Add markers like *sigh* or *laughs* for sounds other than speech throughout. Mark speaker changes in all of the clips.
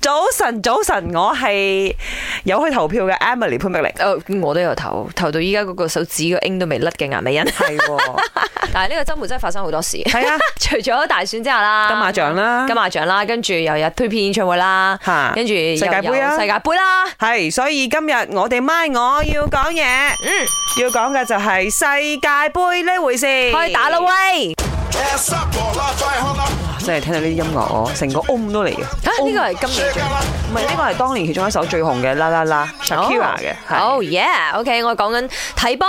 Speaker 1: 早晨，早晨，我係有去投票嘅 Emily 潘碧玲。
Speaker 2: 誒哦我都有投，投到依家嗰個手指個 ing 都未甩嘅顏美欣。
Speaker 1: 係喎，
Speaker 2: *laughs* 但係呢個週末真係發生好多事，
Speaker 1: *laughs*
Speaker 2: *laughs*
Speaker 1: 係啊，
Speaker 2: 除咗大選之後啦，
Speaker 1: 金馬獎啦
Speaker 2: 金，馬獎啦，跟住又有推片演唱會啦，
Speaker 1: 嚇
Speaker 2: 跟住又有
Speaker 1: 世界盃啊
Speaker 2: 世界盃啦，
Speaker 1: 係，所以今日我哋咪我要講嘢，嗯，要講嘅就係世界盃呢回事，
Speaker 2: 可以打啦喂！
Speaker 3: Ass up, ball up, try hung up,
Speaker 1: 真係聽到呢啲音樂，我成個 om 都嚟嘅。
Speaker 2: 啊呢個係今年
Speaker 3: shake it up.
Speaker 1: 唔係呢個係當年其中一首最紅嘅啦啦啦 Shakira 嘅，係
Speaker 2: 哦 yeah，OK，我講緊睇波，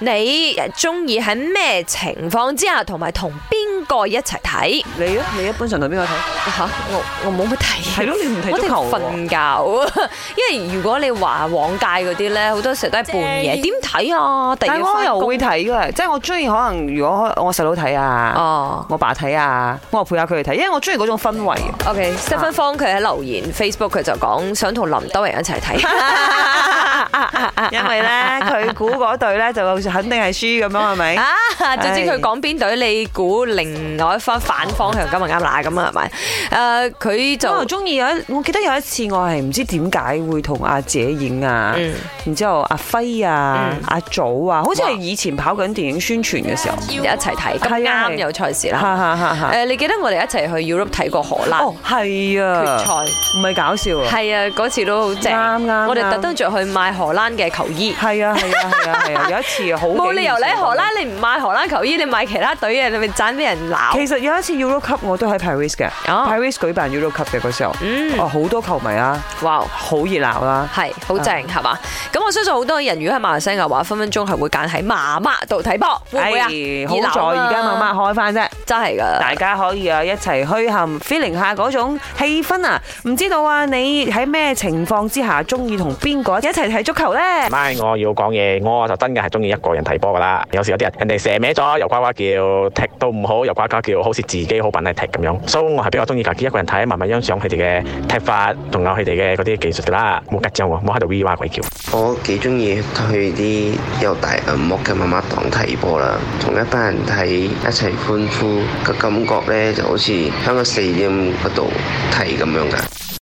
Speaker 2: 你中意喺咩情況之下，同埋同邊個一齊睇？
Speaker 1: 你咧？你一般上同邊個睇？
Speaker 2: 吓、我我冇乜睇。
Speaker 1: 係咯，你唔睇
Speaker 2: 我
Speaker 1: 足
Speaker 2: 哋
Speaker 1: 球喎
Speaker 2: 瞓覺， *laughs* 因為如果你話往屆嗰啲咧，好多時候都係半夜，點睇啊？第二
Speaker 1: 但
Speaker 2: 日
Speaker 1: 係我
Speaker 2: 翻
Speaker 1: 又
Speaker 2: 工
Speaker 1: 會睇嘅，即係我中意可能如果我細佬睇啊，
Speaker 2: 哦。
Speaker 1: 我爸睇啊，我又陪下佢哋睇，因為我中意嗰種氛圍。
Speaker 2: OK，Stephen 方佢喺留言 Facebook 佢就講想同林德榮一齊睇，
Speaker 1: *laughs* 因為
Speaker 2: *laughs*
Speaker 1: 咧，佢估嗰隊咧就肯定係輸咁樣，係咪？
Speaker 2: 啊，總之佢講邊隊，你估另外一方反方向咁啊啱啦，咁啊係咪？誒，佢
Speaker 1: 我又
Speaker 2: 就
Speaker 1: 中意有一，我記得有一次我係唔知點解會同阿姐影啊，
Speaker 2: 嗯
Speaker 1: 然之後阿輝啊、阿祖啊，好似係以前跑緊電影宣傳嘅時候，
Speaker 2: 一齊睇，咁
Speaker 1: 係啊
Speaker 2: 啱
Speaker 1: 係
Speaker 2: 有賽事
Speaker 1: 哈
Speaker 2: 啦。
Speaker 1: 哈哈哈！
Speaker 2: 誒，你記得我哋一齊去 Europe 睇過荷蘭
Speaker 1: 哦，係
Speaker 2: 決
Speaker 1: 啊，
Speaker 2: 賽？
Speaker 1: 唔係搞笑啊！
Speaker 2: 係啊，嗰次都好正，
Speaker 1: 啱啱
Speaker 2: 我哋
Speaker 1: 啱
Speaker 2: 特登着去買荷蘭嘅球衣。
Speaker 1: 係啊係啊係啊係
Speaker 2: *laughs*
Speaker 1: 啊！有一次好
Speaker 2: 冇
Speaker 1: 幾啊
Speaker 2: 理由
Speaker 1: 年
Speaker 2: 你喺
Speaker 1: 前
Speaker 2: 荷蘭你唔買荷蘭球衣，你買其他隊嘅，你咪盞俾人鬧。
Speaker 1: 其實有一次 Euro Cup 我都喺 Paris 嘅
Speaker 2: 哦
Speaker 1: ，Paris 舉辦 Euro Cup 嘅嗰時候，
Speaker 2: 嗯
Speaker 1: 哦好多球迷啊，
Speaker 2: 哇！
Speaker 1: 好熱鬧啦。
Speaker 2: 係好正係嘛？咁我相信好多人如果喺馬來西亞話，分分鐘係會揀喺媽媽度睇波，會唔會啊？
Speaker 1: 哎
Speaker 2: 熱
Speaker 1: 好
Speaker 2: 鬧啊
Speaker 1: 在而家慢慢開翻啫，
Speaker 2: 真係㗎。
Speaker 1: 大家可以啊一齊虛冚 feeling 下嗰種氣氛啊！唔知道啊，你喺咩情況之下中意同邊個一齊睇足球呢？
Speaker 4: 咪我要講嘢，我就真嘅係中意一個人睇波噶啦。有時有啲人人哋射歪咗又呱呱叫，踢到唔好又呱呱叫，好似自己好笨係踢咁樣。所以我係比較中意自己一個人睇，慢慢欣賞佢哋嘅踢法，仲有佢哋嘅嗰啲技術噶啦。冇吉張喎，冇喺度 V 哇鬼叫。
Speaker 5: 我幾中意去啲有大銀幕嘅媽媽檔睇波啦，同一班人睇一齊歡呼嘅感覺呢，就好似喺個四點嗰度睇咁樣㗎。